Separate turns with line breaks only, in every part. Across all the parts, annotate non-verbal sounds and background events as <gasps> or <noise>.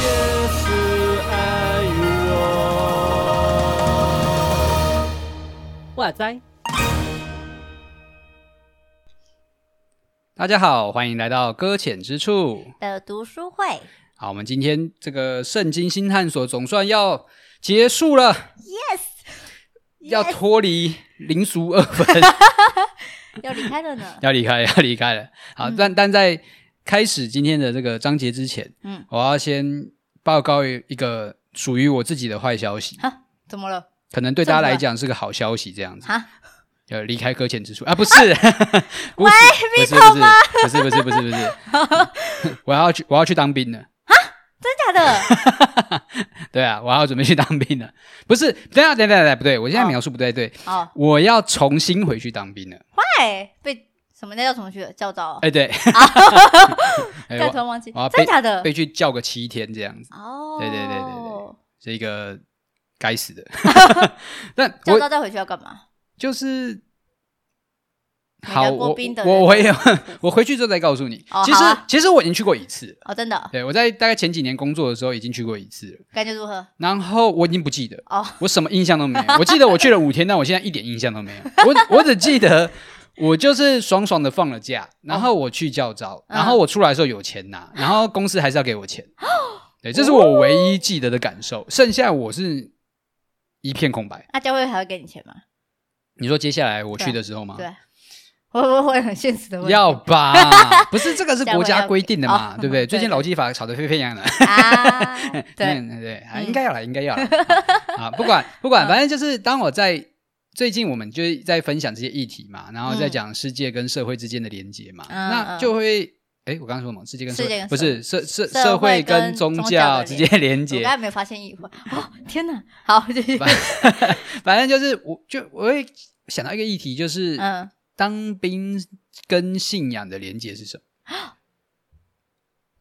也是爱我。
哇塞！
大家好，欢迎来到搁浅之处。
的读书会，
好，我们今天这个圣经新探索总算要结束了。Yes，要脱离零俗二分，。
要离开了呢
<laughs> 要离开，要离开了。好，但但在开始今天的这个章节之前，
嗯，
我要先报告一个属于我自己的坏消息，
哈，怎么了？
可能对大家
怎么了
来讲是个好消息，这样子。
哈，
呃，离开搁浅之处啊，不是， <laughs> 不是，不是，不是，不是，不是，不是，不是，我要去，我要去当兵了。
真假的？
对啊，我要准备去当兵了。不是，等一下，等一下，等一下，不对，我现在描述不太对， <laughs>
哦，
我要重新回去当兵了。
哎，被什么那叫什么去了？教招哦？
哎，对，哎，
再
我
突然忘记
我要，
真假的？
被去叫个七天这样子，
哦，
对对对对对是一个该死的。但
教
我
招再回去要干嘛？
就是
没
好，
当过
我
兵的
我
人
我回 <laughs> 我回去之后再告诉你
哦。
其实
好啊
其实我已经去过一次了。
哦，真的哦，
对，我在大概前几年工作的时候已经去过一次了，
感觉如何？
然后我已经不记得，
哦，
我什么印象都没有。我记得我去了五天，但我现在一点印象都没有。我只我只记得我就是爽爽的放了假，然后我去教
哦
招，
嗯
然后我出来的时候有钱拿，然后公司还是要给我
<gasps>
钱。对，这是我唯一记得的感受，剩下我是一片空白。
啊那教会还会给你钱吗？ <laughs>
你说接下来我去的时候吗？
对，会不会很现实的问题？
要
<laughs>
吧，不是这个是
这样
国
我
家
要
规定的
给
嘛，
哦
对不对？最近
对对
劳基法吵得沸沸扬扬的。
啊，
<laughs>
对，
嗯对对，啊，
嗯
应该要来，应该
<laughs>
要来啊，好不管不管，反正就是当我在最近我们就是在分享这些议题嘛，然后在
嗯
讲世界跟社会之间的连接嘛，
嗯
那
嗯
就会。哎，我刚刚说什么？世界跟社
世
会
界跟
不
社
是社社
社
社会
会跟
跟宗
宗
教
教的
直接连
我
接
刚，才没有发现异会。哦，天哪！好，继续。
<laughs> 反正就是我就我会想到一个议题，就是
嗯，
当兵跟信仰的连接是什么？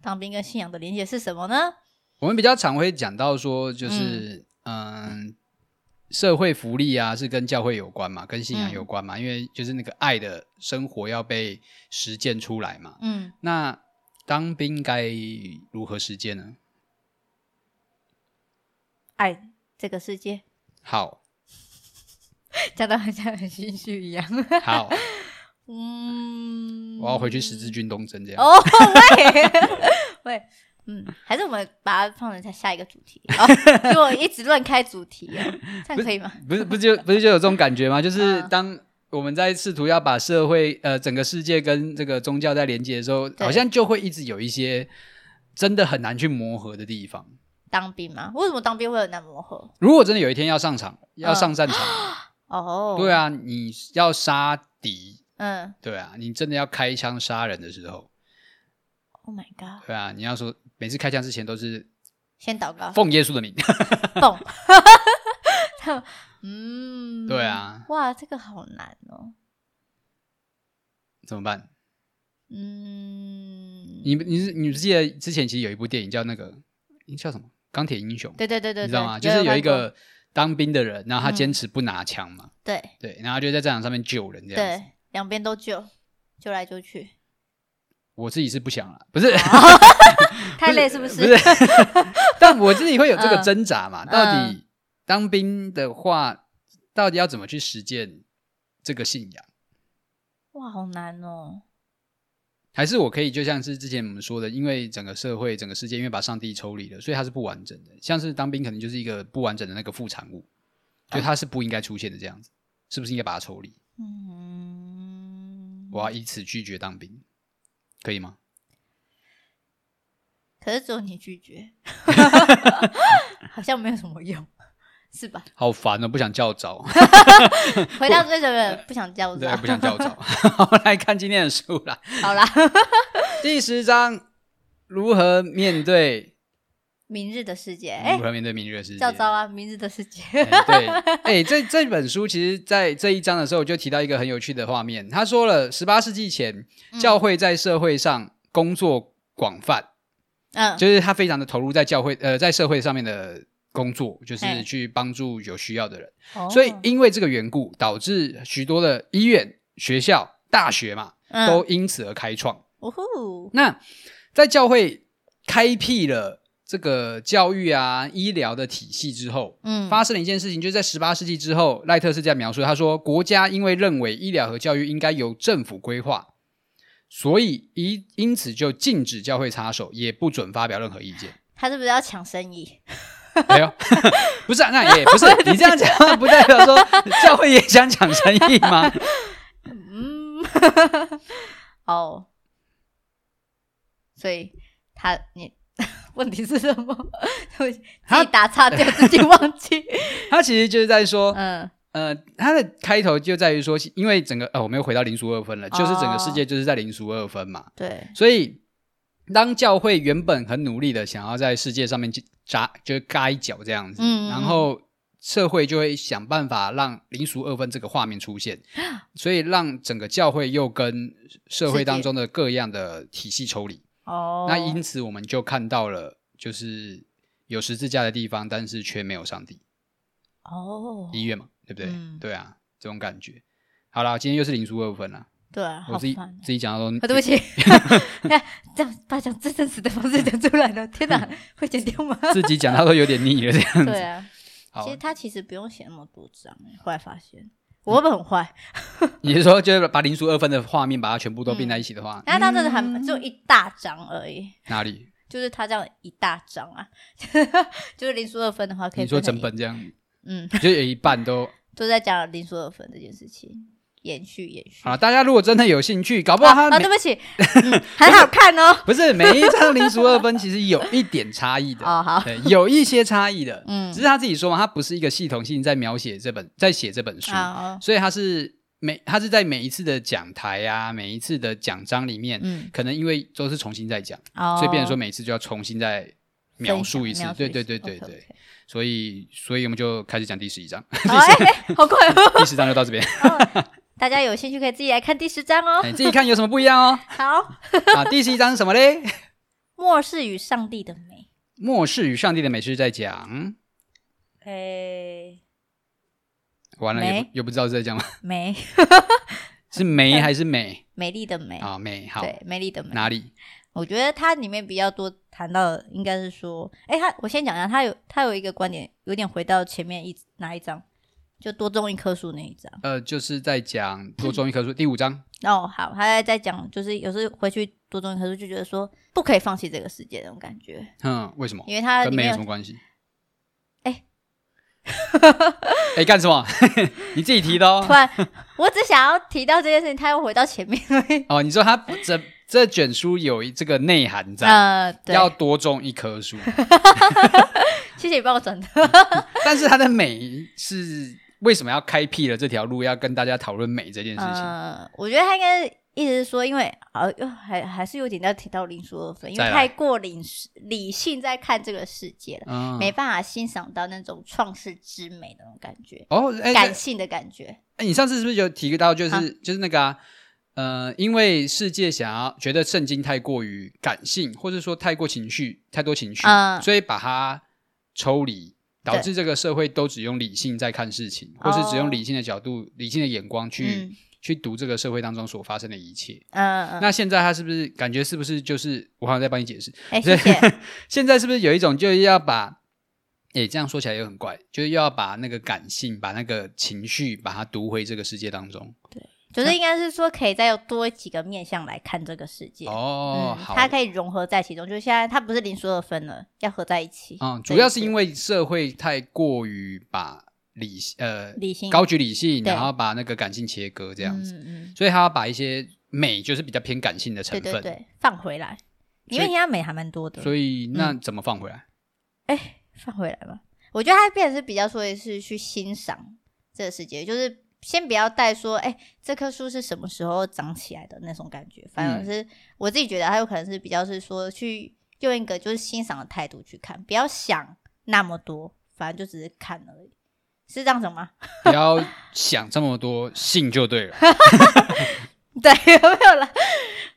当兵跟信仰的连接是什么呢？
我们比较常会讲到说，就是嗯。社会福利啊，是跟教会有关嘛，跟信仰有关嘛，
嗯
因为就是那个爱的生活要被实践出来嘛。
嗯，
那当兵该如何实践呢？
爱哎这个世界，
好，
讲的好像很心
<laughs>
虚一样。 <laughs>
好，
嗯，
我要回去十字军东征这样。
哦，喂喂，嗯，还是我们把它放成下下一个主题。哦，就我一直乱开主题哦，这样可以吗？
不是，不是就不是就有这种感觉
<laughs>
吗？就是
嗯
当我们在试图要把社会呃整个世界跟这个宗教在连接的时候，
对
好像就会一直有一些真的很难去磨合的地方。
当兵吗？为什么当兵会很难磨合？
如果真的有一天要上场，要上战场，
嗯哦，
对，啊，你要杀敌，
嗯
对啊，你真的要开枪杀人的时候，
，Oh my god，
对啊，你要说每次开枪之前都是
先祷告，
奉耶稣的名，
蹦，
<laughs>
嗯，
对啊，
哇，这个好难哦，
怎么办？
嗯，
你你是你记得之前其实有一部电影叫那个叫什么《钢铁英雄》，
对对对对对，
你知道吗？就是有一
看过嗯
个当兵的人，然后他坚持不拿枪嘛，
对
对，然后就在战场上面救人这样子。
对，两边都救，救来救去，
我自己是不想了，不是。 <laughs>
太累是不
不是， <laughs> 但我自己会有这个挣扎嘛？
嗯
到底当兵的话，到底要怎么去实践这个信仰？
哇，好难哦，
还是我可以就像是之前我们说的，因为整个社会、整个世界，因为把上帝抽离了，所以它是不完整的。像是当兵，可能就是一个不完整的那个副产物，就它是不应该出现的这样子，是不是应该把它抽离？
嗯，
我要以此拒绝当兵，可以吗？
可是只有你拒绝， <laughs> 好像没有什么用，是吧？
好烦哦，不想叫招。
回到最什么不想叫
对，
<laughs> 招，
不想叫 <laughs> 早。好，来看今天的书啦，
好啦，
<laughs> 第十章：如何面对，
明日的世界，哎
如，何面对明日的世界。
叫招啊，明日的世界，
哎对，哎、这这本书其实，在这一章的时候，我就提到一个很有趣的画面。他说了，十八世纪前，教会在社会上工作广泛，
嗯，
就是他非常的投入在教会呃在社会上面的工作，就
嘿
是去帮助有需要的人。
哦
所以因为这个缘故，导致许多的医院、学校、大学嘛，
嗯
都因此而开创。
哦吼，
那在教会开辟了这个教育啊、医疗的体系之后，
嗯，
发生了一件事情，就是在十八世纪之后，赖特是这样描述：他说，国家因为认为医疗和教育应该由政府规划，所以因因此就禁止教会插手，也不准发表任何意
<laughs>
见。
他是不是要抢生意？
没有，不是、啊，那也不是。你这样讲，不代表说教会也想抢生意吗？
嗯，哦，所以他你问题是什么？ <laughs> 对不起自
他
己打岔掉，自己
<laughs>
忘记。
他其实就是在说，
嗯，
呃，它的开头就在于说，因为整个呃，我们又回到零俗二分
哦
了，就是整个世界就是在零俗二分嘛，
对，
所以当教会原本很努力的想要在世界上面去扎，就是嘎一脚这样子，
嗯嗯嗯
然后社会就会想办法让零俗二分这个画面出
<gasps>
现，所以让整个教会又跟社会当中的各样的体系抽离，
哦，
那因此我们就看到了就是有十字架的地方，但是却没有上帝。
哦，
医院嘛，对不对？
嗯
对啊，这种感觉。好啦，今天又是零输二分了，
对啊，好
我自己
烦。
自己讲到
<laughs> 啊，
说，
对不起，看这样把讲最真实的方式讲出来 <laughs> 了，天哪，会剪掉吗？
自己讲到都有点腻了这样
对
子。
<laughs> 啊，
好
其，实他其实不用写那么多章，后来发现我会不会很坏？
你是说就是把零输二分的画面把它全部都并
嗯
在一起的话，
然后他真的还
嗯
只有一大章而已，
哪里？
就是他这样一大章啊， <laughs> 就是林书二分的话可以
你说
分成
整
一，
本这样，
嗯，
就有一半
<laughs>
都
都在讲林书二分这件事情，延续延续。
好啦。大家如果真的有兴趣，搞不好
啊
它
啊，
每
对 <laughs> 不起，嗯，很好看 <laughs> 哦。
不是每一张零输二分其实有一点差异的
哦好
对，有一些差异的。
嗯
只是他自己说嘛，他不是一个系统性在描写这本，在写这本书。
啊，哦
所以他是每他是在每一次的讲台啊，每一次的讲章里面，
嗯，
可能因为都是重新再讲，
哦，
所以变成说每一次就要重新再描述一次。
分享
对对对对
<laughs>
对。所以所以我们就开始讲第十一章，
描述一次 OK，OK 好，哎，哎好快哦！
第十章就到这
<laughs>
边，
大家有兴趣可以自己来看第十章哦。
哎自己看有什么不一样哦。
好，
啊，第十一章是什么嘞？
末世与上帝的美。
末世与上帝的美是在讲，
诶，
完了也
美
不也不知道是在讲吗？
美，
是
<laughs>
美还是美
美丽的美，
啊？美好
对，美丽的美。
哪里？
我觉得它里面比较多谈到，的应该是说，哎，他我先讲一下，他有他有一个观点，有点回到前面一哪一章，就多种一棵树那一章。
呃，就是在讲多种一棵树第五章。
哦，好，他在讲，就是有时候回去多种一棵树，就觉得说不可以放弃这个世界那种感觉，
嗯，为什么？
因为它
跟
里
美有
面
什么
啊有
关系？
哎
<laughs> 哎，干什么？ <laughs> 你自己提的
突
哦。
然， <laughs> 我只想要提到这件事情，他又回到前面
<laughs>
了。
哦，你说他这这卷书有一这个内涵在，
呃，对，
啊要多种一棵
<laughs>
树，
谢谢你帮我转的。
但是它的美是为什么要开辟了这条路，要跟大家讨论美这件事情？
呃，我觉得他应该一直说，因为呃，又还还是有点在提到林书二分，因
再
为
来
太过理理性在看这个世界了，
嗯，
没办法欣赏到那种创世之美的那种感觉，
哦，哎，
感性的感觉。
哎你上次是不是有提到，就
啊
是就是那个啊？呃，因为世界想要觉得圣经太过于感性，或者说太过情绪，太多情绪，
嗯
所以把它抽离，导
对
致这个社会都只用理性在看事情，或是只用
哦
理性的角度、理性的眼光去、
嗯
去读这个社会当中所发生的一切。
嗯嗯，
那现在他是不是感觉是不是就是我好像在帮你解释？
哎、谢谢。
<laughs> 现在是不是有一种就是要把，诶、这样说起来又很怪，就是又要把那个感性、把那个情绪，把它读回这个世界当中。
就是应该是说，可以再有多几个面向来看这个世界。
哦，
嗯，
好，
它可以融合在其中。就是现在，它不是林书二分了，要合在一起。
嗯，主要是因
为
为社会太过于把理呃
理性
高啊举理性，
对
然后把那个感性切割这样子，
嗯嗯，
所以他要把一些美就是比较偏感性的成
对
分。
对对，放回来。
所
里
以
面其他美还蛮多的。
所以那
嗯
怎么放回来？
放回来吧。我觉得他变成是比较说的是去欣赏这个世界，就是先不要带说，哎、这棵树是什么时候长起来的那种感觉，反而
嗯
是、我自己觉得他有可能是比较是说去用一个就是欣赏的态度去看，不要想那么多，反正就只是看而已，是这样子吗？ <laughs>
不要想这么多，信就对了。
对， <laughs> 有没有啦？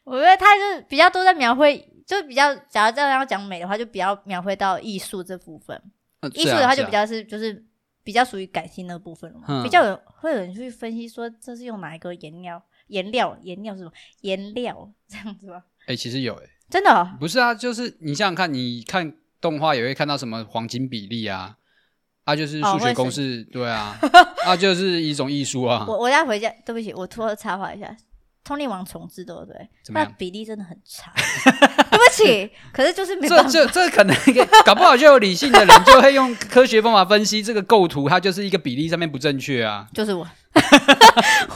我觉得他就是比较多在描绘，就比较，假如这样要讲美的话，就比较描绘到艺术这部分，
嗯
艺术
是啊
的话
是
就
啊
比较是就是比较属于感性那部分了嘛，
嗯
比较有会有人去分析说这是用哪一个颜料、颜料、颜料是什么颜料 <laughs> 这样子吗？
哎、其实有哎、
真的、哦，
不是啊，就是你想想看，你看动画也会看到什么黄金比例啊，啊，就是
哦
数学
会
公式，对
<laughs>
啊，啊，就是一种艺术啊，
我我要回家，对不起，我突然插话一下，通灵王重置对不对？
怎么
那
样？
比例真的很差， <laughs> 对不起，可是就是没
这
办法。
这这可能搞不好就有理性的人就会用科学方法分析这个构图，它就是一个比例上面不正确啊。
就是我， <laughs>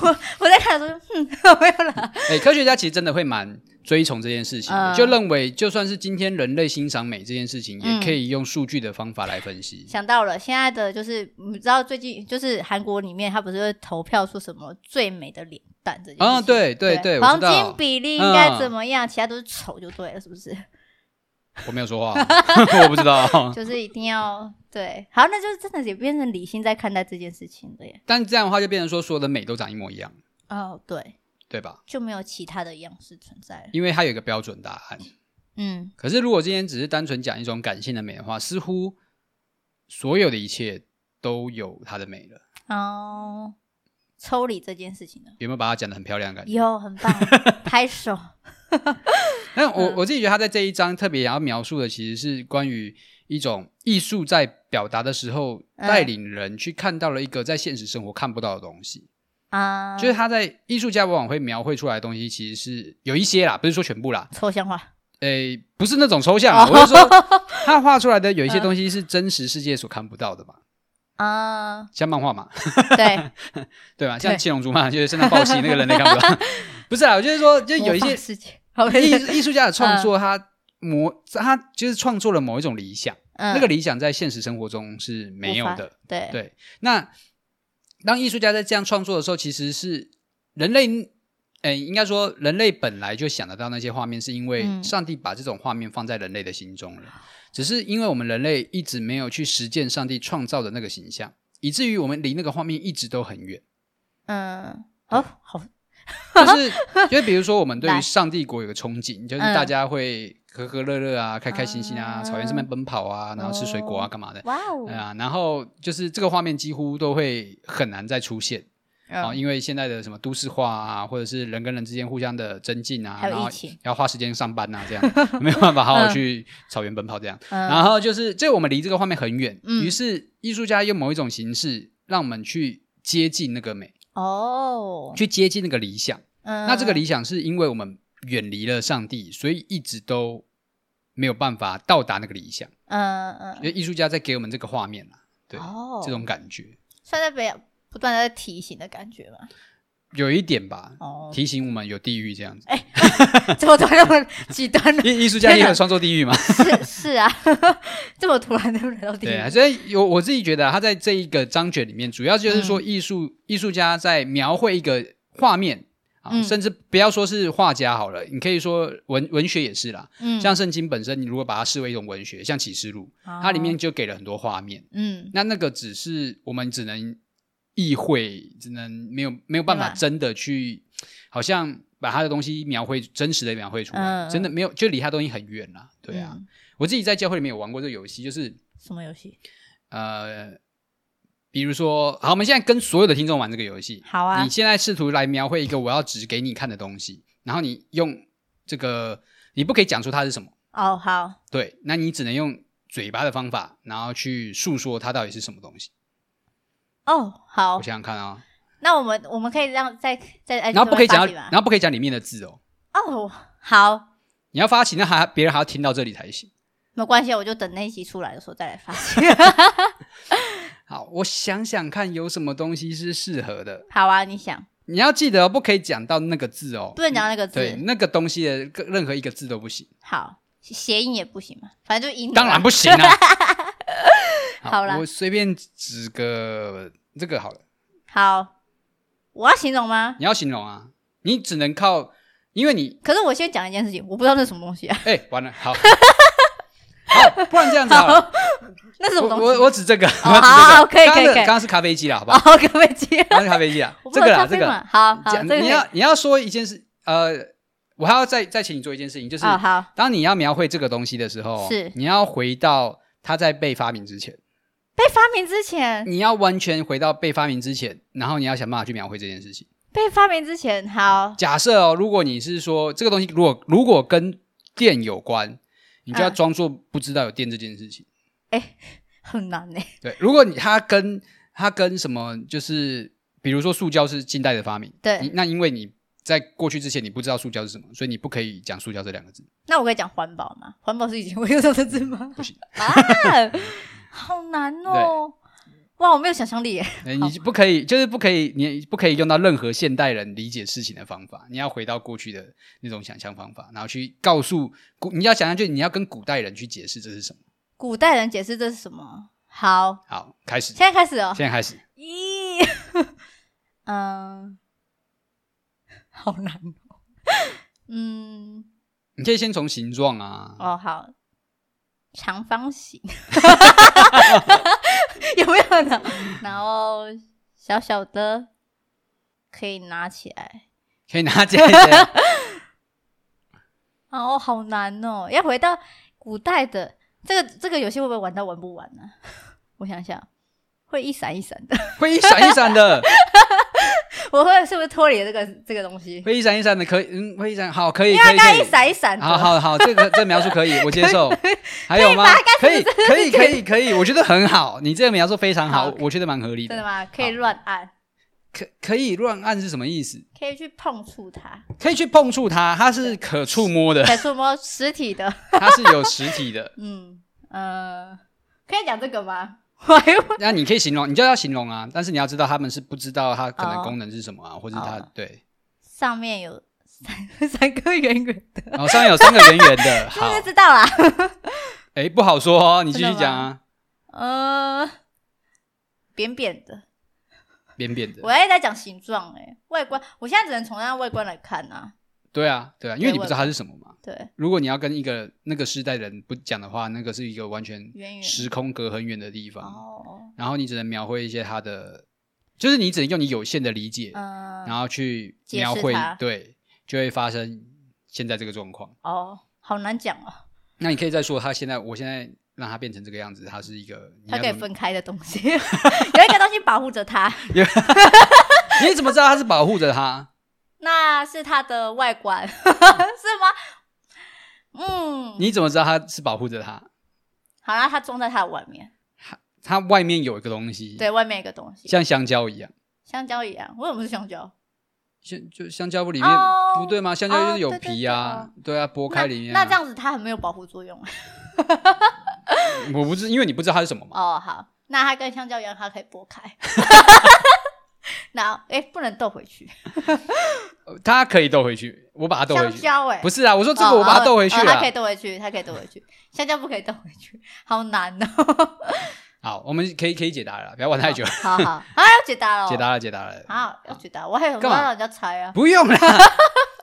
我我在看的时候，嗯， <laughs> 没有啦，
哎、科学家其实真的会蛮追崇这件事情的，
嗯
就认为就算是今天人类欣赏美这件事情，
嗯
也可以用数据的方法来分析。
想到了，现在的就是你知道最近就是韩国里面他不是会投票说什么最美的脸蛋这件事情？
啊、对对对，我
黄
知道
金，比例应该怎么样？其他都是丑就对了，是不是？
嗯我没有说话， <laughs> 我不知道。
<laughs> 就是一定要对，好，那就是真的也变成理性在看待这件事情了耶。
但这样的话就变成说，所有的美都长一模一样，
哦，对，
对吧？
就没有其他的样式存在了。
因为它有一个标准答案。
嗯，
可是如果今天只是单纯讲一种感性的美的话，似乎所有的一切都有它的美了。
哦，抽离这件事情呢，
有没有把它讲得很漂亮的感觉？
有很
<laughs>
棒，拍手。
但我我自己觉得他在这一章特别想要描述的，其实是关于一种艺术在表达的时候，
嗯
带领人去看到了一个在现实生活看不到的东西。
啊，
就是他在艺术家往往会描绘出来的东西，其实是有一些啦，不是说全部啦，
抽象化，
诶、不是那种抽象啊，我是说他画出来的有一些东西是真实世界所看不到的嘛， <laughs>
啊，
像漫画嘛，
对，
对吧？
对
像七龙珠嘛，就是圣诞报喜那个人类看不
<laughs>
到，不是啦，我就是说，就有一
模
些
仿世界，
<laughs>
好，没
艺
事
艺术家的创作，他模他就是创作了某一种理想。
嗯
那个理想在现实生活中是没有
无法
的。
对
对，那当艺术家在这样创作的时候，其实是人类，嗯、应该说人类本来就想得到那些画面，是因为
嗯
上帝把这种画面放在人类的心中了。只是因为我们人类一直没有去实践上帝创造的那个形象，以至于我们离那个画面一直都很远。
嗯，哦，好，
<laughs>
<laughs>
就是，就是比如说，我们对于
来嗯
上帝国有个憧憬，就是大家会和和乐乐啊，开开心心啊，
啊
草原上面奔跑啊，然后吃水果啊，
哦
干嘛的。
哇哦
对，啊，然后就是这个画面几乎都会很难再出现啊、
嗯
因为现在的什么都市化啊，或者是人跟人之间互相的增进啊，
还有
然后
疫情
要花时间上班啊，这样 <laughs> 没有办法好好去草原奔跑这样。然
嗯，
后就是这我们离这个画面很远，
嗯
于是艺术家用某一种形式让我们去接近那个美，
哦，
去接近那个理想。
嗯，
那这个理想是因为我们远离了上帝，所以一直都没有办法到达那个理想。
嗯，
因
嗯
为艺术家在给我们这个画面啊，对、
嗯，哦，
这种感觉。
算在被不断的提醒的感觉嘛，
有一点吧，
哦，哎
提醒我们有地狱这样子。
这么突然那么极端
<laughs>
呢？
艺艺术家也有创作地狱嘛？
<laughs> 是是啊，这么突然的来到第一
对啊，
名，
所以有我自己觉得啊他在这一个章节里面，主要就是
嗯
说艺术、艺术家在描绘一个画面啊，
嗯
甚至不要说是画家好了，你可以说文文学也是啦。
嗯，
像圣经本身，你如果把它视为一种文学，像启示录，它里面
哦，
就给了很多画面。
嗯，
那那个只是我们只能意会，只能没有没有办
对
法
吧
真的去，好像把他的东西描绘真实的描绘出来，
嗯
真的没有就离他东西很远啦。对啊，
嗯，
我自己在教会里面有玩过这个游戏，就是
什么游戏？
呃，比如说，好，我们现在跟所有的听众玩这个游戏，
好啊
你，现在试图来描绘一个我要指给你看的东西，然后你用这个，你不可以讲出它是什么，
哦，好，
对，那你只能用嘴巴的方法，然后去诉说它到底是什么东西。
哦，好
我，想想看啊、
那我们我们可以让在在 IG
然后不可以讲到，
上面发
然
起吗？啊
后不可以讲里面的字哦。
哦，好，
你要发起，那还别人还要听到这里才行。
没关系，我就等那一集出来的时候再来发现。
<laughs> 好，我想想看有什么东西是适合的。
好啊，你想，
你要记得哦，不可以讲到那个字哦，
不能讲那个字
对，那个东西的个任何一个字都不行，
好，谐音也不行嘛，反正就音。
当然不行
<laughs>
啊。
好啦
我随便指个这个好了。
好，我要形容吗？
你要形容啊，你只能靠，因为你
可是我先讲一件事情，我不知道那是什么东西啊，
哎、完了，
<laughs>
好，好，不然这样子好了，
那是什么
我
东西？
我我指这个，
哦
我指这个
好好可以
刚刚的
可以可以
刚刚是咖啡机啦，好不好？
<laughs> 哦，可不可以接？
刚刚是咖啡机啊
我，不
<laughs> 这
喝
个啦，
咖
这
啡
个
嘛。好好，
讲
这个
你要你要说一件事，呃，我还要再再请你做一件事情，就是、
哦好
当你要描绘这个东西的时候，
是
你要回到它在被发明之前，
被发明之前，
你要完全回到被发明之前，然后你要想办法去描绘这件事情。
被发明之前，好，
假设哦，如果你是说这个东西，如果如果跟电有关，你就要
嗯
装作不知道有电这件事情。
很难呢、
对，如果你它跟它跟什么，就是比如说塑胶是近代的发明，
对
你那因为你在过去之前你不知道塑胶是什么，所以你不可以讲塑胶这两个字，
那我可以讲环保吗？环保是以前我用到的字吗？
不行，
啊， <laughs> 好难哦！哇，我没有想象力耶。
呃你不可以，就是不可以，你不可以用到任何现代人理解事情的方法，你要回到过去的那种想象方法，然后去告诉古，你要想象就你要跟古代人去解释这是什么。
古代人解释这是什么？好，
好，开始
现，在开始哦。
现在开始，
咦，嗯， <laughs> 好难哦。嗯，
你可以先从形状啊，
哦，好，长
<laughs>
方形，有没有呢？然后小小的，可以拿起来。
可以拿这些。
哦，好难哦，要回到古代的这个这个游戏会不会玩到玩不完呢、我想想，会一闪一闪的， <laughs>
会一闪一闪的， <laughs>
我会是不是脱离了这个这个东西？
会一闪一闪的，可以，嗯，会一闪，好，可以，
因为
可
它
以，
刚刚
可
一
以。
闪一闪的，
好好好，这个这描述可以，我接受。还有吗？可以，可以，可以，可以，我觉得很好，你这个描述非常好
好，
我觉得蛮合理
真的
的。
吗？可以
好
乱按，
可可以乱按是什么意思？
可以去碰触它，
可以去碰触它，它是可触摸的，
可以触摸实体的。
<laughs> 它是有实体的。
<laughs> 嗯呃，可以讲这个吗？ <laughs> 我还会
那你可以形容，你就要形容啊，但是你要知道他们是不知道它可能
哦
功能是什么啊，或者它
哦
对。
上面有三 <laughs> 三个圆圆的，
然后上面有三个圆
<laughs>
圆的，好
这，就知道啦。
哎，不好说哦，你继续
真的吗
讲啊，
呃，扁扁的，
扁扁的。
我还在讲形状哎、外观，我现在只能从它外观来看啊。
对啊，对啊，因为你不知道它是什么嘛。
对，
如果你要跟一个那个世代人不讲的话，那个是一个完全
圆圆
时空隔很远的地方，
哦，
然后你只能描绘一些它的，就是你只能用你有限的理解，
嗯、
然后去
解释
描绘
它，
对，就会发生现在这个状况。
哦，好难讲哦，
那你可以再说，它现在，我现在让它变成这个样子，它是一个，你
它
要
可以
怎么
分开的东西， <laughs> 有一个东西保护着它，
你怎么知道它是保护着它？
那是它的外观， <laughs> 是吗？嗯，
你怎么知道它是保护着它？
好啦，它装在它的外面，
它外面有一个东西，
对，外面有一个东西，
像香蕉一样。
香蕉一样，为什么是香蕉？
香就香蕉不里面、
哦
不对吗？香蕉就是有
哦对对哦
皮啊，对啊，剥开里面、啊
那。那这，样子它很没有保护作用。
我不知因为你不知道它是什么嘛。
哦，好，那它跟香蕉一样，它可以剥开。 <laughs> 那哎、不能倒回去，
呃它可以兜回去，我把它兜回
香
去。
蕉哎、
不
是
是啊，我说这个我把它兜回去
哦
了、
它可以倒回去，它可以倒回去，香蕉不可以倒回去，好难哦。
<laughs> 好，我们可以可以解答了，不要玩太久。
好好，啊，要解答了，
解答了，解答了，
啊，要解答，我还有
干嘛
要让人家猜啊。
<laughs> 不用了。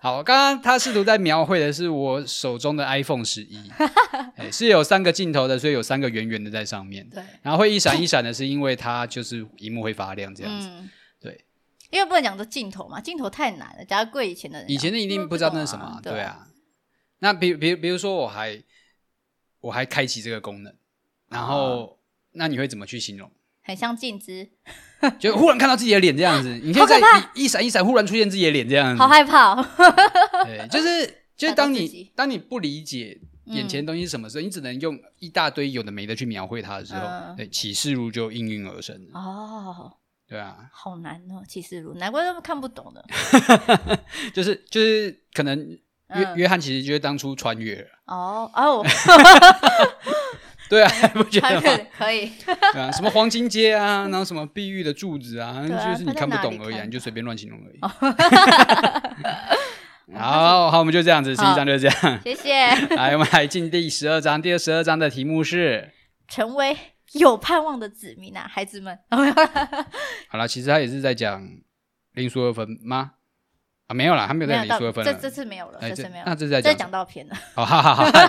好，刚刚他试图在描绘的是我手中的 iPhone 十 <laughs> 一、哎是有三个镜头的，所以有三个圆圆的在上面。
对，
然后会一闪一闪的，是因为它就是荧幕会发亮这样子。
嗯，
对，
因为不能讲说镜头嘛，镜头太难了，假如贵以前的人讲，
以前的一定不知道那是什么啊、
懂
对，啊。那比比比如说，我还我还开启这个功能，然后、那你会怎么去形容？
很像镜子，
就忽然看到自己的脸这 <laughs> 样子，你可以在
好可
一一闪一闪忽然出现自己的脸这样子
好，害怕、哦。
<laughs> 对，就是就是
看到
当
自己
你当你不理解
嗯
眼前的东西是什么时候，你只能用一大堆有的没的去描绘它的时候，
嗯
对，启示录就应运而生了，
哦，
对啊，
好难哦，启示录，难怪他们看不懂的。
就是就是可能约、
嗯
约翰其实就是当初穿越了，
哦
<laughs>
哦，
对啊， <laughs> 不觉
穿
得
越
吗？
的可以，
对啊，什么黄金街啊，然后什么碧玉的柱子啊，
对啊
就是你看不懂而
他在
已、啊，
哪里哦
你就随便乱形容
<laughs>
而已。好好，我们就这样子，十一章就这样。
谢谢。
来，我们来进第十二章。第二十二章的题目是，
成为有盼望的子民啊，孩子们， <laughs> 没有啦，
好了，其实他也是在讲零苏二分吗？啊，没有啦，他没有
没
在讲
有
零
到
苏二分
这
了。
这次没有了，
哎
这
这
次没有，
那这是在
这
讲
讲到偏了。
哦，好好好，对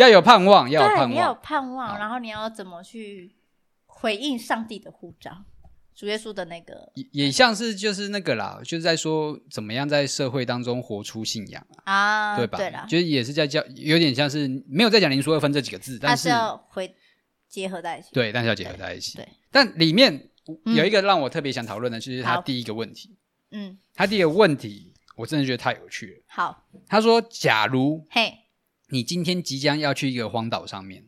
要有盼
<laughs>
望， <laughs> 要有
对，
盼
你要有
望。
盼望，
好
然后你要怎么去回应上帝的呼召？主耶稣的那个
也也像是就是那个啦，就是在说怎么样在社会当中活出信仰。
啊，
对吧？
对啦，
就是也是在教，有点像是没有在讲“零说二分”这几个字，
他
但
啊是
是
要回结合在一起。
对，但是要结合在一起。
对对
但里面
嗯
有一个让我特别想讨论的，就是他
好
第一个问题，
嗯，
他第一个问题，我真的觉得太有趣
好，
了。他说，假如
嘿，
你今天即将要去一个荒岛上面，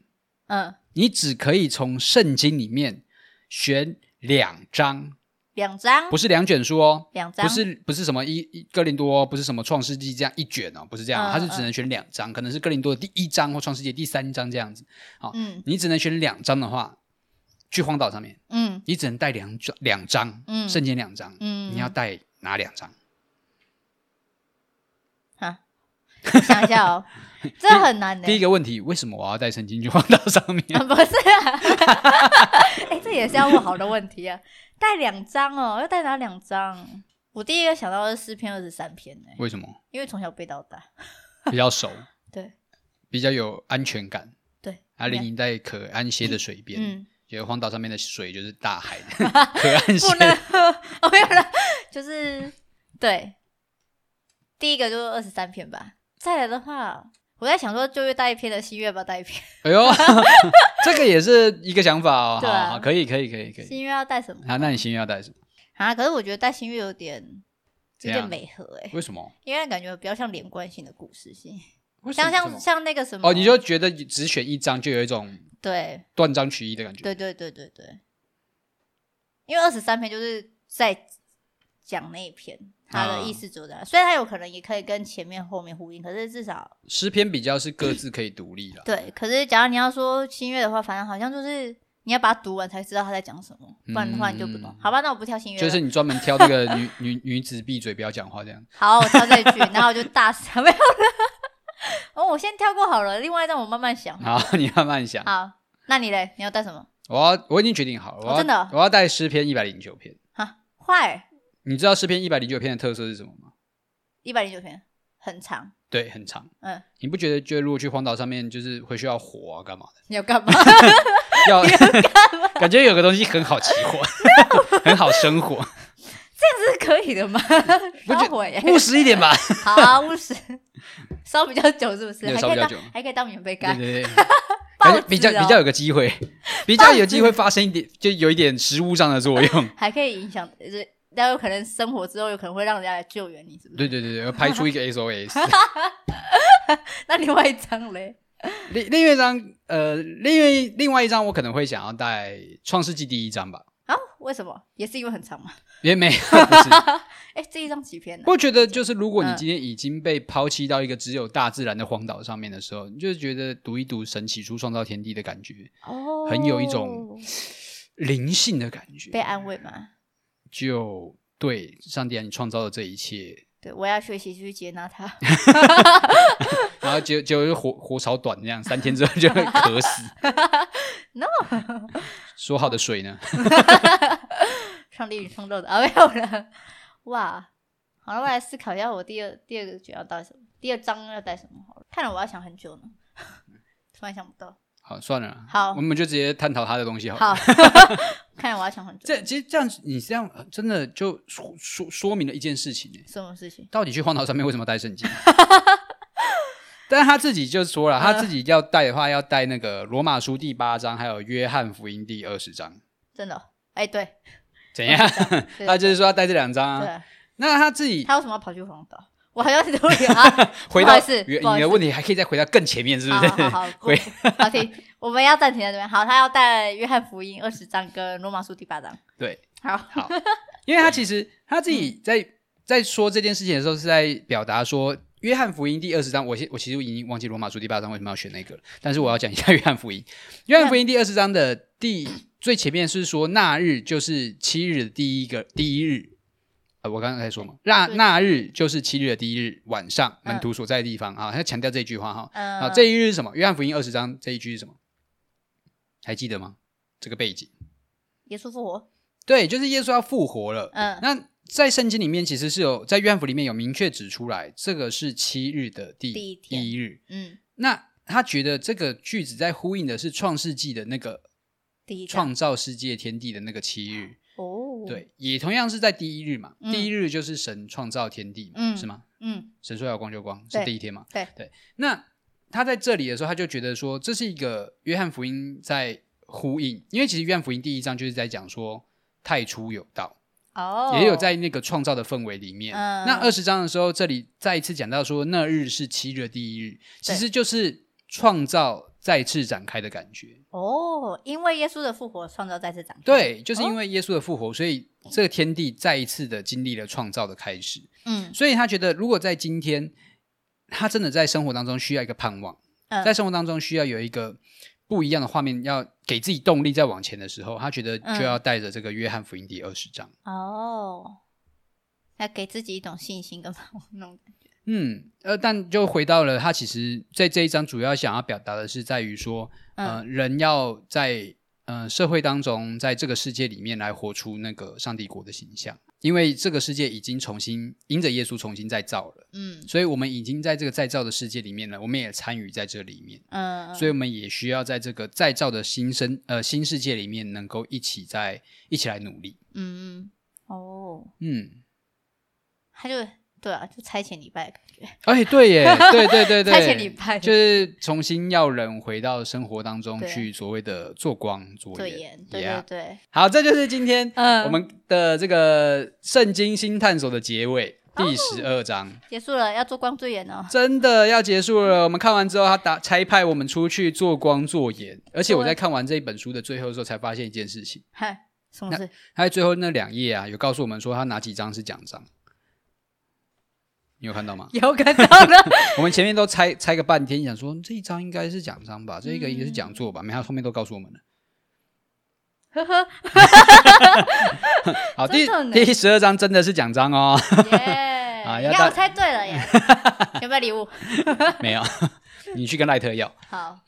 嗯，
你只可以从圣经里面选两章，
两张
不，是两卷书哦。
两张，
不是不是什么一一哥林多哦，不是什么创世纪这样一卷哦，不是这样哦，
嗯
它是只能选两张，可能是哥林多的第一章或创世纪的第三章这样子。
嗯
你只能选两张的话，去荒岛上面，
嗯
你只能带两张两张，
嗯
圣经两张，
嗯，
你要带哪两张？
啊，我想一下
<laughs>
哦，这很难的。
第一个问题，为什么我要带圣经去荒岛上面？ <laughs>
啊， <laughs> 不是啊，哎、这也是要问好的问题啊。带两张哦，要带哪两张？我第一个想到的是四篇、二十三篇呢、
为什么？
因为从小背到大。
比较熟，
对
比较有安全感，
对，
啊，临沂在可安歇的水边，
嗯，
觉得荒岛上面的水就是大海，
<laughs>
可安歇
不。能喝，哦，没有了，就是对，第一个就是二十三篇吧。再来的话，我在想说，就月带一篇的，新月吧带一篇，
<laughs> 哎呦， <laughs> 这个也是一个想法哦。
对啊
好好，可以，可以，可以，可以。
新月要带什么
啊，那你心愿要带什么？
啊？可是我觉得带新月有点
怎
有
样
点违和哎、
为什么？
因为感觉比较像连贯性的故事性，
为什
像
么
像像那个什么
哦，你就觉得只选一张就有一种
对
断章取义的感觉。
对对对对对，因为二十三篇就是在讲那一篇，它的
嗯
意思就在那，虽然它有可能也可以跟前面后面呼应，可是至少
诗篇比较是各自可以独立啦。
对。可是假如你要说新月的话，反正好像就是你要把它读完才知道他在讲什么，不然的话你就不懂。
嗯
好吧，那我不挑新月了，
就是你专门挑这个女 <laughs> 女女子闭嘴不要讲话这样。
好，我挑这一句，然后我就大傻没有了。 <laughs> 哦，我先跳过好了，另外让我慢慢想。
好，你慢慢想。
嗯好，那你嘞？你要带什么？
我要我已经决定好了，我要、
哦真的哦
我要带诗篇一百零九篇。
啊，坏
你知道诗篇一百零九篇的特色是什么吗？
一百零九篇，很长。
对，很长。
嗯，
你不觉得就如果去荒岛上面，就是回去要火啊，干嘛的？
你要干嘛？ <laughs>
要 <laughs> 感觉有个东西很好起火，很好生
<laughs>
火，
这是 <laughs> 可以的吗？
不
烧
就
火耶！
务实一点吧。
<laughs> 好啊，务实， <laughs> 烧比较久是不是？
对
还
烧
可以
比较
当
久
还可以当棉被
对
盖，
对对，
<laughs> 报
感觉
纸哦
比较比较有个机
<laughs>
会，比较有机会发生一点，就有一点食物上的作用。
还可以影响，就是但有可能生活之后有可能会让人家来救援你，是不是？
对对对对，排出
<laughs>
一个 SOS。
那另外一张嘞，
另另外一张，呃，另外另外一张，我可能会想要带《创世纪》第一章吧，
啊，为什么？也是因为很长嘛。
也没有，不是。
哎，这一张几篇呢？
我觉得就是，如果你
嗯
今天已经被抛弃到一个只有大自然的荒岛上面的时候，你就觉得读一读神起初创造天地的感觉，
哦
很有一种灵性的感觉，
被安慰嘛。
就对上帝啊，你创造了这一切，
对，我要学习去接纳它。
然后结结果就活活少短这样，三天之后就会渴死。
<laughs> No
<laughs> 说好的水呢？
上帝与 <laughs> 创造的啊，没有了。哇，好了，我来思考一下我第二第二个卷要带什么，第二章要带什么好了。看来我要想很久呢， <laughs> 突然想不到。
好，算了啦，
好
我们就直接探讨他的东西好了。
好， <laughs> 看来我要想很久。
这其实这样子，你这样呃真的就说说说明了一件事情呢，欸
什么事情？
到底去荒岛上面为什么带圣
<laughs>
经？但是他自己就说了，
啊
他自己要带的话，要带那个罗马书第八章，还有约翰福音第二十章，
真的哦？哎、对，
怎样？
对
他就是说要带这两章、啊。
对，
那他自己，
他为什么要跑去荒岛？我好像是都有啊
回
不
到
好意思，
原
不好
你
意
的
思啊
问题，还可以再回到更前 <laughs> 面，是不
好
是？
好好，不
回
好听，我们要暂停在这边。好，他要带《约翰福音》二十章跟《罗马书》第八章。
对，
好，
好，因为他其实他自己在、在说这件事情的时候，是在表达说《约翰福音》第二十章。我其我其实已经忘记罗马书第八章为什么要选那个了，但是我要讲一下《约翰福音》。《约翰福音》第二十章的第最前面是说那日就是七日的第一个第一日。呃，我刚才说嘛，那
对
那日就是七日的第一日晚上，
嗯
门徒所在的地方、啊，他强调这句话哈。
嗯、
啊，这一日是什么？约翰福音二十章这一句是什么？还记得吗？这个背景，
耶稣复活，
对，就是耶稣要复活了。
哦嗯，
那在圣经里面，其实是有在约翰福里面有明确指出来，这个是七日的第
第一天
一日。
嗯，
那他觉得这个句子在呼应的是创世纪的那个
第一章
创造世界天地的那个七日，
哦，，
对，也同样是在第一日嘛。
嗯
第一日就是神创造天地嘛，
嗯
是吗？
嗯，
神说要光就光，是
对
第一天嘛？
对
对。那他在这里的时候，他就觉得说，这是一个约翰福音在呼应，因为其实《约翰福音》第一章就是在讲说太初有道，
哦，
也有在那个创造的氛围里面。
嗯
那二十章的时候，这里再一次讲到说那日是七日的第一日，其实就是创造再次展开的感觉。
哦，因为耶稣的复活，创造再次展开。
对，就是因为耶稣的复
哦
活，所以这个天地再一次的经历了创造的开始。
嗯
所以他觉得，如果在今天，他真的在生活当中需要一个盼望，
嗯
在生活当中需要有一个不一样的画面，要给自己动力再往前的时候，他觉得
嗯
就要带着这个《约翰福音》第二十章。
哦，要给自己一种信心跟盼望那种感觉。
嗯，呃，但就回到了他其实在这一章主要想要表达的是在于说，呃，
嗯
人要在呃社会当中，在这个世界里面来活出那个上帝国的形象，因为这个世界已经重新因着耶稣重新再造了，
嗯
所以我们已经在这个再造的世界里面了，我们也参与在这里面，
嗯，
所以我们也需要在这个再造的新生呃新世界里面，能够一起在一起来努力。
嗯嗯哦，
嗯，
他就对啊，就差遣礼拜的感觉。
哎，对耶，
<laughs>
对对对对，
差遣礼拜
就是重新要人回到生活当中
对
去，所谓的做光做
对
盐
眼，对
Yeah
对对，
好，这就是今天
嗯
我们的这个圣经新探索的结尾，
哦
第十二章、
结束了，要做光最眼哦。
真的要结束了。我们看完之后，他打差派我们出去做光做盐，而且我
对
在看完这一本书的最后的时候，才发现一件事情，
嗨，什么事？？
他在最后那两页啊，有告诉我们说他哪几章是奖章。你有看到吗
有看到了，
<laughs> 我们前面都猜猜个半天，想说这一章应该是奖章吧，这一个应该是讲座吧，没他后面都告诉我们了。
嗯呵呵，
<laughs> 好，第
真的呢
第十二章真的是奖章哦， <laughs>
耶！
啊
你
要
看
到
我猜
<laughs>
对了耶，有没有礼物？
没有，你去跟赖特要。
好，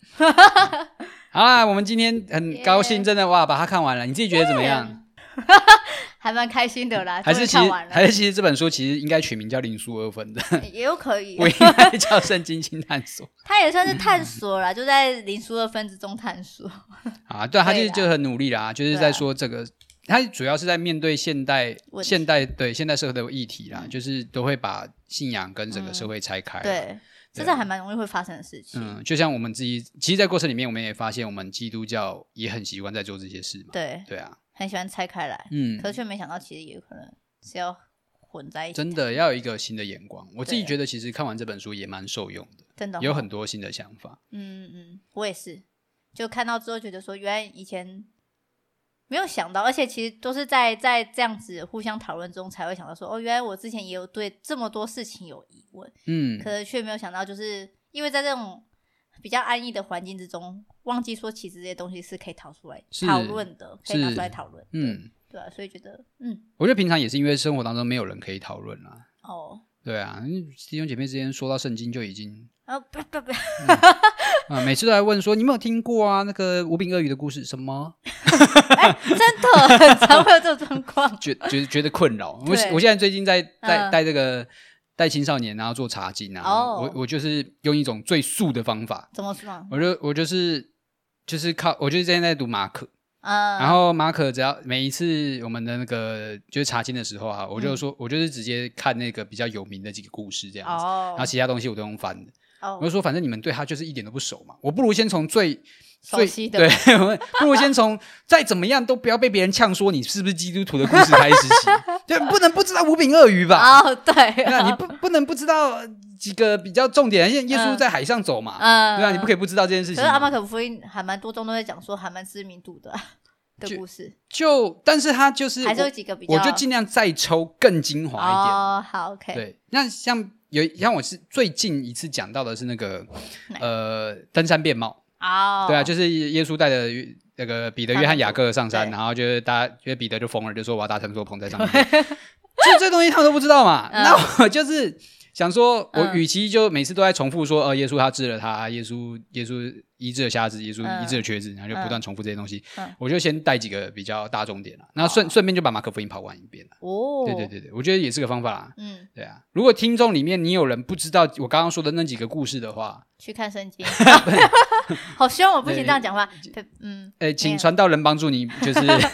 好啦，我们今天很高兴，
耶
真的哇，把它看完了，你自己觉得怎么样？
还蛮开心的
<laughs>
啦，
还
终于
是其
看
实
完了，
还是其实这本书其实应该取名叫《零书二分》
<laughs>
的，
也有可以，
不应该叫《圣经新探索》
他也算是探索啦，就在零输的分子中探索。
啊。对啊，他其
对
实
啦啊
就很努力啦，就是在说这个，他主要是在面对现代
问题嗯
现代对现代社会的议题啦，就是都会把信仰跟整个社会拆开。，
对，这是还蛮容易会发生的事情。
啊嗯，就像我们自己，其实，在过程里面，我们也发现，我们基督教也很习惯在做这些事嘛。
对，
对啊，
很喜欢拆开来，
嗯
可，是却没想到其实也有可能是要混在一起。
真的要有一个新的眼光。我自己
对
觉得，其实看完这本书也蛮受用的，
真的哦
有很多新的想法。
嗯嗯嗯，我也是，就看到之后觉得说，原来以前没有想到，而且其实都是在在这样子互相讨论中才会想到说，哦，原来我之前也有对这么多事情有疑问，
嗯，
可是却没有想到，就是因为在这种比较安逸的环境之中，忘记说其实这些东西是可以讨出来
是
讨论的，可以拿出来
是
讨论。对，
嗯，
对啊，所以觉得嗯
我觉得平常也是因为生活当中没有人可以讨论啦。
哦。
对啊，因为弟兄姐妹之间说到圣经就已经
啊不不不，
啊、每次都来问说你有没有听过啊那个无柄鳄鱼的故事什么，
哎、真的很常会有这种状况。 <laughs>
觉觉得觉得困扰。我
对
我现在最近在带
嗯
带这个带青少年啊做查经啊，
哦
我我就是用一种最速的方法，
怎么说？啊
我就我就是就是靠我就是现在在读马可，
嗯，
然后马可只要每一次我们的那个就是查经的时候啊，我
嗯
就说、我就是直接看那个比较有名的几个故事这样子，
哦
然后其他东西我都用翻的。
哦
我就说，反正你们对他就是一点都不熟嘛，我不如先从最
熟
最
悉的
对， <laughs> 我不如先从再怎么样都不要被别人呛说你是不是基督徒的故事开始
<laughs>
起，对，不能不知道五饼鳄鱼吧？
哦，对
对啊，
哦，
你不不能不知道几个比较重点，因为耶稣在海上走嘛，
嗯，
对啊，你不可
以。
以不知道这件事
可是
情
阿
嘛。
马可夫音还蛮多中都在讲说还蛮知名度
<laughs>
的的
就
故事，
就，但是他就是
还是有
我，
几个比较
我就尽量再抽更精华一点。
哦，好 OK，
对，那像有像我是最近一次讲到的是那个
哪
呃登山变貌。
哦，
对啊，就是耶稣带着约那个彼得、约翰、雅各上山，
对
然后就是大家，因为彼得就疯了，就说我要搭乘坐棚在上面，
<laughs>
就这东西他们都不知道嘛。
嗯
那我就是想说，我
嗯
与其就每次都在重复说，呃，耶稣他治了他，耶稣耶稣医治了瞎子，耶稣
嗯
医治了瘸子，然后就不断重复这些东西
嗯，
我就先带几个比较大重点了，然后顺顺便就把马可福音跑完一遍了。
哦，
对对，对对，我觉得也是个方法啦。
嗯，
对啊，如果听众里面你有人不知道我刚刚说的那几个故事的话，
去看圣
<laughs>
经，好凶哦，我不行
对
这样讲话，呸嗯，
呃，
没
请
有
传道人帮助
<laughs>
你，就是 <laughs>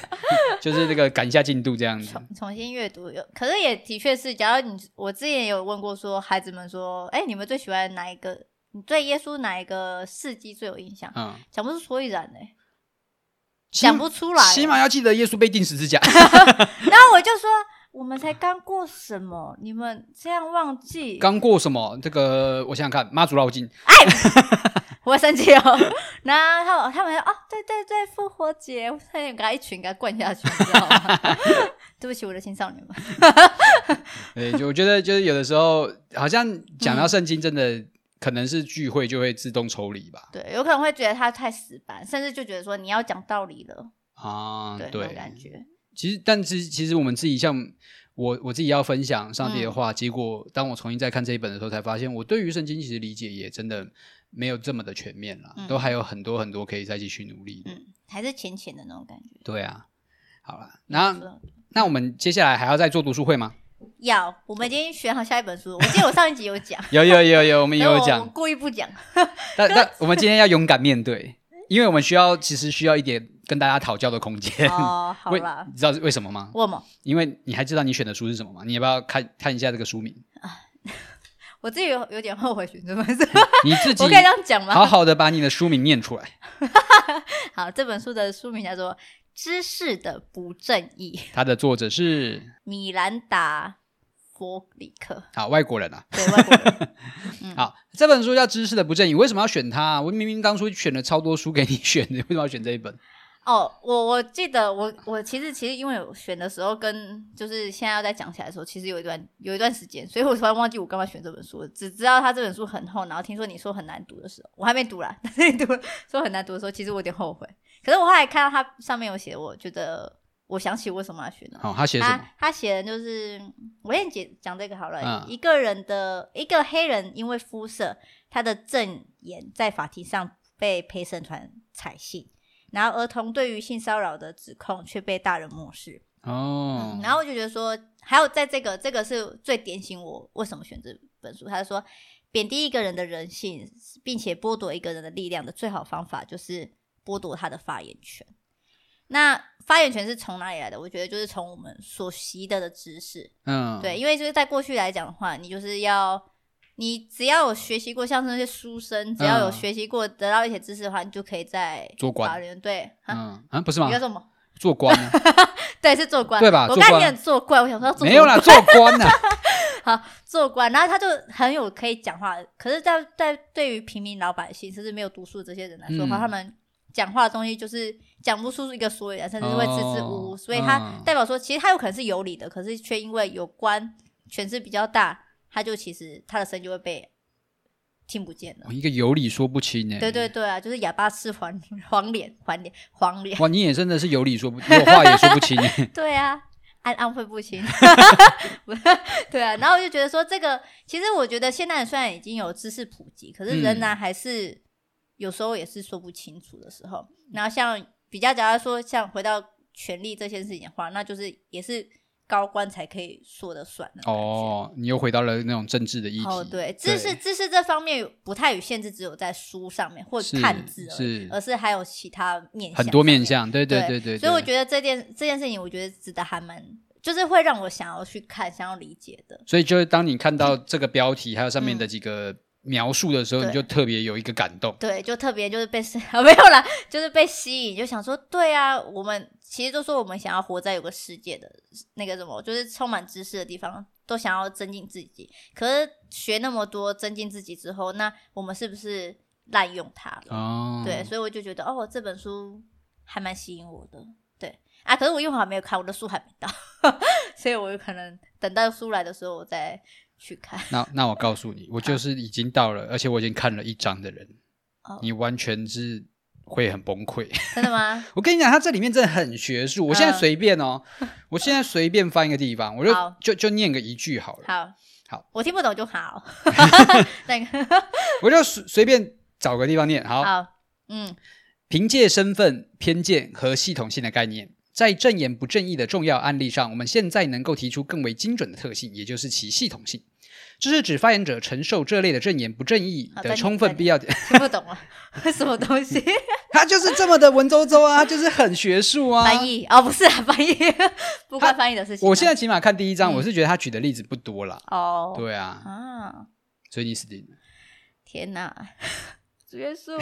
就是那个赶一下进度这样子。
重重新阅读有，可是也的确是，假如你我之前也有问过说孩子们说，哎，你们最喜欢哪一个？你对耶稣哪一个事迹最有印象？
嗯，
讲不出所以然呢、
起
讲不出来。
起码要记得耶稣被钉十字
<laughs>
架。
然后我就说，我们才刚过什么，你们这样忘记，
刚过什么？这个我想想看，妈祖绕境，
我会生气哦。 <laughs> 然后他们他们说哦，对对对，复活节，我差点给他一拳给他灌下去，你知道吗？ <laughs> 对不起，我的青少年们。 <laughs>
对，就我觉得就是有的时候好像讲到圣经，真的可能是聚会就会自动抽离吧。
对，有可能会觉得他太死板，甚至就觉得说你要讲道理了，
啊，
对，那
对
种，感觉。
其实，但其实其实我们自己像我我自己要分享上帝的
嗯
话，结果当我重新再看这一本的时候，才发现我对于圣经其实理解也真的没有这么的全面啦，
嗯
都还有很多很多可以再继续努力的。
嗯，还是浅浅的那种感觉。
对啊，好啦，那那我们接下来还要再做读书会吗？
要，我们已经选好下一本书。我记得我上一集有讲，
有有有有，我们也 <laughs>
但
有
我我
讲，
故意不讲。
<laughs> 但但我们今天要勇敢面对，因为我们需要其实需要一点跟大家讨教的空间。
哦，好
<laughs> 为
啦，
你知道是为什么吗？
我嘛，
因为你还知道你选的书是什么吗？你要不要看看一下这个书名？
<laughs> 我自己有有点后悔选这本书，
你自己
我可以这样讲吗？
好好的把你的书名念出来。
好，这本书的书名叫做《知识的不正义》，
它的作者是
米兰达·佛里克，
好外国人啊。
对外国人。嗯
好，这本书叫《知识的不正义》，为什么要选它啊？我明明当初选了超多书给你选的，为什么要选这一本？
哦，我我记得我我其实其实因为我选的时候跟就是现在要再讲起来的时候，其实有一段有一段时间，所以我突然忘记我干嘛选这本书了，只知道它这本书很厚，然后听说你说很难读的时候，我还没读啦，但是你读了说很难读的时候，其实我有点后悔。可是我后来看到它上面有写，我觉得我想起为什么要选了。
好、他写什么？
他他写的就是，我先解讲这个好了。
嗯
一个人的一个黑人因为肤色，他的证言在法庭上被陪审团采信，然后儿童对于性骚扰的指控却被大人漠视。
哦
嗯，，然后我就觉得说，还有在这个这个是最点醒我为什么选这本书。他说，贬低一个人的人性，并且剥夺一个人的力量的最好方法就是剥夺他的发言权。那发言权是从哪里来的？我觉得就是从我们所习得的知识，
嗯，
对，，因为就是在过去来讲的话，你就是要，你只要有学习过，像是那些书生，只要有
嗯
学习过得到一些知识的话，你就可以在
做官
法院对，啊，
嗯啊，不是
你
吗
要？做什么？ <laughs>
做官啊
对，是做官，
对吧
我
做
看
官
你很做怪，我想说要做
没有啦，
什
做
么
官 <laughs> 呐、啊，
做官，然后他就很有可以讲话，可是在，在对于平民老百姓，甚至没有读书的这些人来说的
嗯
话，他们讲话的东西就是讲不出一个所以然，甚至会支支吾吾，
哦
所以他
嗯
代表说，其实他有可能是有理的，可是却因为有关权势比较大，他就其实他的声音就会被听不见了。
我一个有理说不清呢、
对对。对啊，就是哑巴吃黄 <laughs> 黄脸，黄脸黄脸，
哇，你也真的是有理说不，有话也说不清、欸。
对啊，暗暗会不清， <laughs> 不是对啊。然后我就觉得说，这个其实我觉得现代人虽然已经有知识普及，可是仍
嗯
然还是、有时候也是说不清楚的时候。然后像比较，假如说像回到权力这件事情的话，那就是也是高官才可以说得算的。
<laughs> 哦，你又回到了那种政治的议题。
哦，对，知识知识这方面不太与限制，只有在书上面或者
是
看字而
是
已，而是还有其他面向
很多
上
面
面
向，对对对
对
对。
所以我
对
觉得这件这件事情，我觉得值得还蛮，就是会让我想要去看、想要理解的。
所以就是当你看到这个标题，还有上面的几个描述的时候，
对
你就特别有一个感动。
对，就特别就是被啊 <laughs> 没有啦，就是被吸引，就想说，对啊，我们其实都说我们想要活在有个世界的那个什么，就是充满知识的地方，都想要增进自己。可是学那么多增进自己之后，那我们是不是滥用它了？
哦，
对，所以我就觉得哦，这本书还蛮吸引我的。对啊，可是我因为我还没有看，我的书还没到， <laughs> 所以我有可能等到书来的时候我再去看。 <laughs>
那那我告诉你，我就是已经到了，而且我已经看了一章的人，
哦
你完全是会很崩溃。
真的吗？
我跟你讲，它这里面真的很学术。我现在
嗯
随便哦，我现在随便翻一个地方，我就
好
就就念个一句好了，
好，
<laughs> 好，
我听不懂就
<laughs>
好。那个
我就随随便找个地方念。好，
好，嗯，
凭借身份、偏见和系统性的概念，在正言不正义的重要案例上，我们现在能够提出更为精准的特性，也就是其系统性。这是指发言者承受这类的正言不正义
好
的
再
<laughs>
念
充分
再
必要点。
听不懂啊， <laughs> 什么东西？
他就是这么的文绉绉啊，就是很学术 <laughs> 啊。
翻译哦，不是啊，翻译不关翻译的事情啊。
我现在起码看第一章，
嗯
我是觉得他举的例子不多啦。
哦，
对啊，
啊，
所以你死定了。
天哪，主耶稣，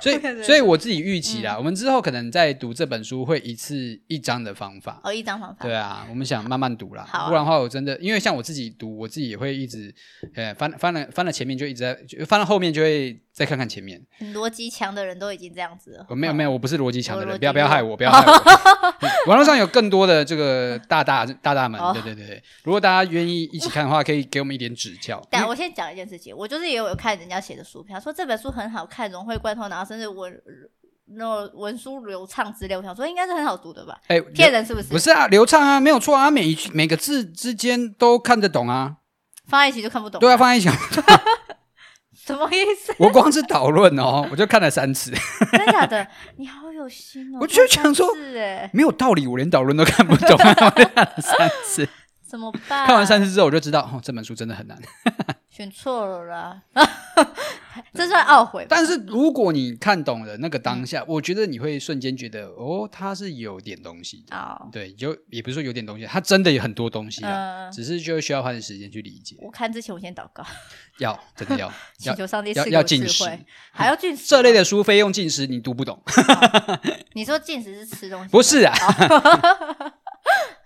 所
对对嗯
以，所以我自己预期啦，我们之后可能在读这本书会一次一章的方法。
<laughs> 哦，一张方法，
对啊，我们想慢慢读啦，
好啊
不然的话我真的，因为像我自己读，我自己也会一直，呃，翻翻了翻了前面就一直在，就翻了后面就会再看看前面。
很逻辑强的人都已经这样子了。
我没有没有，我不是逻辑强的
我逻
人，
辑哦
不要不要
弱
害我，不要害我。 <laughs> 嗯网络上有更多的这个大大大大们
哦，
对对对对。如果大家愿意一起看的话，可以给我们一点指教。
但我先讲一件事情，我就是也有看人家写的书评，他说这本书很好看，融会贯通，然后甚至文那种文书流畅之类，我想说应该是很好读的吧？
哎，
骗人是不是？
不是啊，流畅啊，没有错啊，每一句每个字之间都看得懂啊。
放在一起就看不懂，
对啊，放在一起，
什么意思？ <laughs>
<laughs> 我光是导论哦，我就看了三 <laughs> 次，
真的假的？你好有心哦！
我就想说
是哎，
没有道理，我连导论都看不懂，我就看了三次。
怎么办？
看完三次之后，我就知道哦，这本书真的很难。
选错了啦， <laughs> 这算懊悔吧？
但是如果你看懂了那个当下，我觉得你会瞬间觉得哦，它是有点东西的。
哦，
对，就也不是说有点东西，它真的有很多东西啊，
嗯，
只是就需要花点时间去理解。
我看之前我先祷告，
要真的 <laughs> 要
祈
要
求上帝赐
要
给
要
我智
进食，
慧，还要进食
这类
哦。
的书非用进食你读不懂，
你说进食是吃东西吗？
不是啊？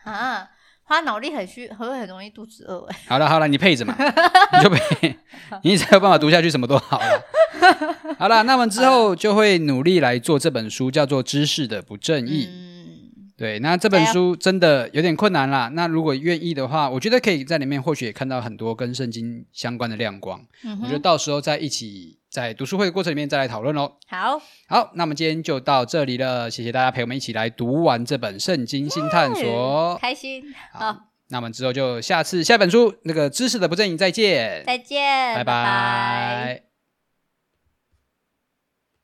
啊，花脑力很虚，会很容易肚子饿哎。
好了好了，你配着嘛， <laughs> 你就配，你才有办法读下去，什么都好了。 <laughs> 好了，那么之后就会努力来做这本书，叫做《知识的不正义》。
嗯，
对，那这本
哎呀
书真的有点困难啦。那如果愿意的话，我觉得可以在里面或许也看到很多跟圣经相关的亮光。
嗯
我觉得
哼，
到时候再一起在读书会的过程里面再来讨论喽。
好，
好，那我们今天就到这里了，谢谢大家陪我们一起来读完这本《圣经新探索》。
开心，好
好，那我们之后就下次下本书那个知识的不正义再见，
再见，
拜
拜拜
拜。